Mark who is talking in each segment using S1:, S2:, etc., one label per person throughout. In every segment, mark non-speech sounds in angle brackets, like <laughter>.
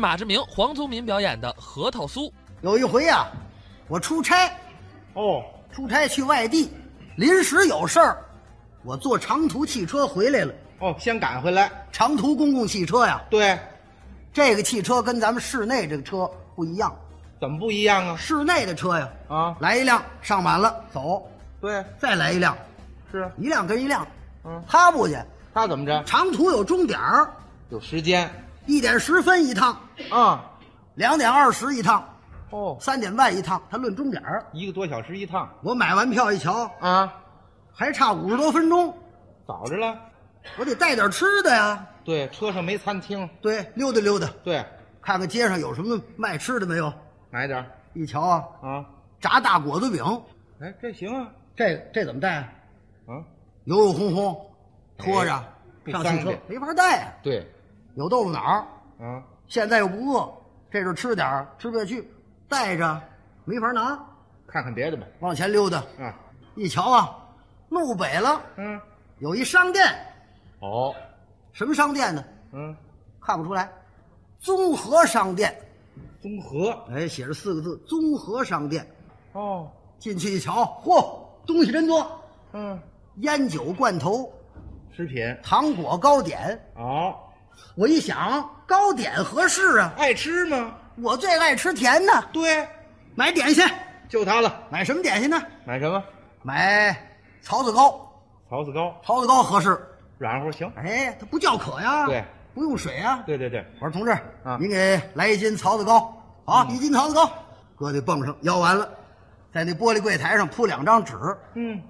S1: 马志明、黄宗民表演的《核桃酥》。
S2: 有一回呀、我出差，
S3: 哦，
S2: 出差去外地，临时有事儿，我坐长途汽车回来了。
S3: 哦，先赶回来。
S2: 长途公共汽车呀，
S3: 对，
S2: 这个汽车跟咱们室内这个车不一样。
S3: 怎么不一样啊？
S2: 室内的车呀，
S3: 啊
S2: 来一辆上满了走，
S3: 对，
S2: 再来一辆，
S3: 是
S2: 一辆跟一辆，
S3: 嗯
S2: 他不去，
S3: 他怎么着？
S2: 长途有终点儿，
S3: 有时间
S2: 一点十分一趟，
S3: 啊？
S2: 两点二十一趟，
S3: 哦，
S2: 三点半一趟，他论终点儿。
S3: 一个多小时一趟
S2: 我买完票一瞧，
S3: 啊，
S2: 还差五十多分钟，
S3: 早着了。
S2: 我得带点吃的呀。
S3: 对，车上没餐厅。
S2: 对，溜达溜达，
S3: 对，
S2: 看看街上有什么卖吃的没有。
S3: 买点儿
S2: 一瞧啊，
S3: 啊。
S2: 炸大果子饼，
S3: 哎，这行啊，
S2: 这这怎么带啊？
S3: 啊，
S2: 油油烘烘，拖着、
S3: 哎不
S2: 上
S3: 方
S2: 汽车
S3: 便
S2: 没法带啊。
S3: 对，
S2: 有豆腐脑儿，
S3: 啊，
S2: 现在又不饿，这阵儿吃点儿吃不下去，带着没法拿，
S3: 看看别的吧。
S2: 往前溜达，
S3: 啊，
S2: 一瞧啊，路北了
S3: 嗯，
S2: 有一商店，
S3: 哦，
S2: 什么商店呢？
S3: 嗯，
S2: 看不出来，综合商店，
S3: 综合。
S2: 哎，写着四个字“综合商店
S3: 哦，”。
S2: 进去一瞧，嚯，东西真多，
S3: 嗯，
S2: 烟酒罐头、
S3: 食品。
S2: 糖果、糕点。
S3: 哦，
S2: 我一想，糕点合适啊，
S3: 爱吃吗？
S2: 我最爱吃甜的，
S3: 对，
S2: 买点心。
S3: 就它了。
S2: 买什么点心呢？
S3: 买什么？
S2: 买槽子糕，
S3: 槽子糕，
S2: 槽子糕合适。
S3: 软乎行。
S2: 哎，它不叫渴呀，
S3: 对，
S2: 不用水呀。
S3: 对对对，
S2: 我说同志，
S3: 啊嗯
S2: 您给来一斤槽子糕啊，一斤槽子糕，搁那泵上要完了，在那玻璃柜台上铺两张纸，
S3: 嗯，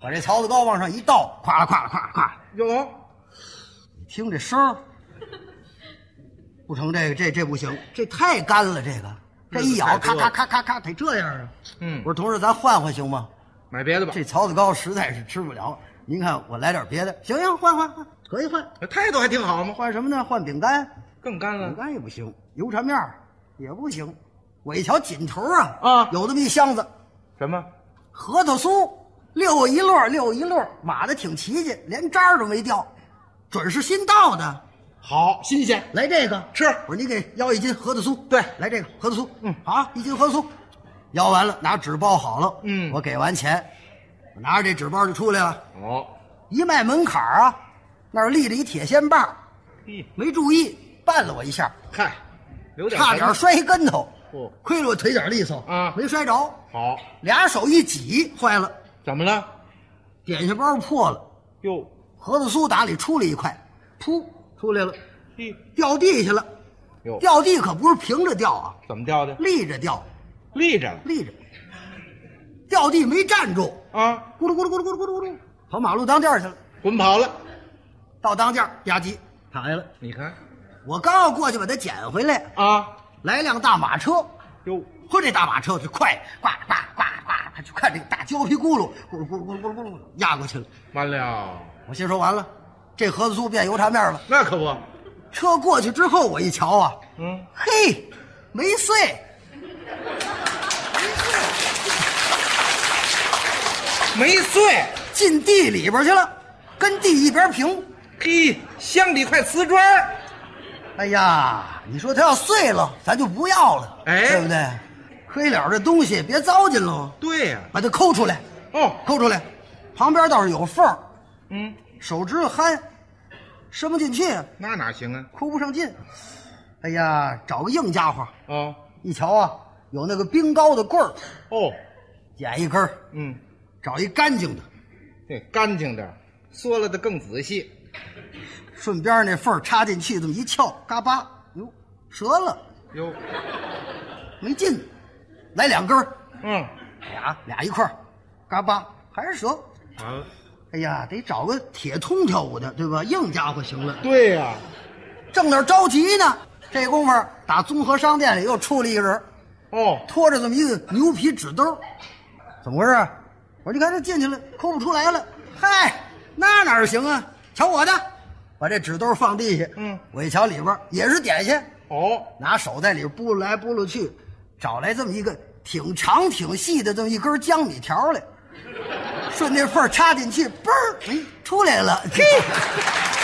S2: 把这槽子糕往上一倒，咵啦咵啦咵啦咵啦，
S3: 有
S2: 你听这声儿，不成这个这这不行，这太干了，这个这一咬
S3: 太
S2: 咔
S3: 多
S2: 咔
S3: 了
S2: 咔咔咔得这样
S3: <clears throat>
S2: 啊！
S3: 嗯
S2: 我说同志，咱换换行吗？
S3: 买别的吧
S2: 这槽子糕实在是吃不了，您看我来点别的，行行，换换换，可以换，
S3: 态度还挺好嘛，嗯
S2: 换什么呢？换饼干，
S3: 更干
S2: 饼。干也不行，油炸面儿也不行。我一瞧紧头儿啊
S3: 啊
S2: 有这么一箱子
S3: 什么？
S2: 核桃酥，溜一摞溜一摞，码的挺齐去，连渣儿都没掉，准是新到的。
S3: 好，新鲜，
S2: 来这个，
S3: 吃
S2: 我说你给要一斤核桃酥，
S3: 对
S2: 来这个核桃酥，
S3: 嗯
S2: 啊，一斤核桃酥，要完了拿纸包好了，
S3: 嗯
S2: 我给完钱，我拿着这纸包就出来了，
S3: 哦，
S2: 一迈门槛儿啊，那儿立着一铁锨把儿，
S3: 嘿，
S2: 没注意绊了我一下，
S3: 嗨，留点
S2: 差点摔一跟头，
S3: 哦
S2: 亏了我腿脚利索
S3: 啊
S2: 没摔着，
S3: 好，
S2: 俩手一挤坏了，
S3: 怎么了？
S2: 点心包破了，
S3: 哟，
S2: 核桃酥打里出了一块，噗出来了，
S3: 嘿，
S2: 掉地下了，
S3: 哟，
S2: 掉地可不是平着掉啊，
S3: 怎么掉的？
S2: 立着掉。
S3: 立着了
S2: 立着，掉地没站住，
S3: 啊，
S2: 咕噜咕噜咕噜咕噜咕噜咕噜，跑马路当间儿去了。
S3: 滚跑了。
S2: 到当间儿吧唧躺下了。
S3: 你看
S2: 我刚要过去把它捡回来，
S3: 啊，
S2: 来辆大马车，
S3: 哟，
S2: 嚯，这大马车是快，呱呱呱呱，就看这个大胶皮轱辘，咕噜咕噜咕噜咕噜咕噜压过去了。
S3: 完了，
S2: 我心说完了，这盒子酥变油炸面了。
S3: 那可不，
S2: 车过去之后，我一瞧啊，
S3: 嗯，
S2: 嘿，没碎，
S3: 没碎，
S2: 进地里边去了，跟地一边平。
S3: 嘿，镶了一块瓷砖儿，
S2: 哎呀，你说它要碎了，咱就不要了，
S3: 哎
S2: 对不对？亏了这东西别糟践喽，
S3: 对呀，
S2: 把它抠出来，
S3: 哦，
S2: 抠出来，旁边倒是有缝儿，
S3: 嗯，
S2: 手指头憨，伸不进去，
S3: 那哪行啊？
S2: 抠不上劲。哎呀，找个硬家伙，
S3: 哦，
S2: 一瞧啊，有那个冰糕的棍儿，
S3: 哦，
S2: 捡一根儿，
S3: 嗯，
S2: 找一干净的，
S3: 对，干净点儿，缩了的更仔细，
S2: 顺边那缝儿插进去，这么一撬，嘎巴，哟，折了，
S3: 哟，
S2: 没劲，来两根儿，
S3: 嗯，
S2: 俩俩一块儿，嘎巴，还是折。
S3: 完了。
S2: 哎呀，得找个铁通跳舞的，对吧？硬家伙行了。
S3: 对呀、
S2: 正那儿着急呢，这功夫儿打综合商店里又出了一人，
S3: 哦，
S2: 拖着这么一个牛皮纸兜，怎么回事儿？我说你看这进去了，抠不出来了。嗨，那哪儿行啊？瞧我的，把这纸兜放地下。
S3: 嗯，
S2: 我一瞧里边儿也是点心，
S3: 哦，
S2: 拿手在里边拨来拨噜去，找来这么一个挺长挺细的这么一根江米条来，顺那缝儿插进去，嘣儿，哎，出来了。嘿。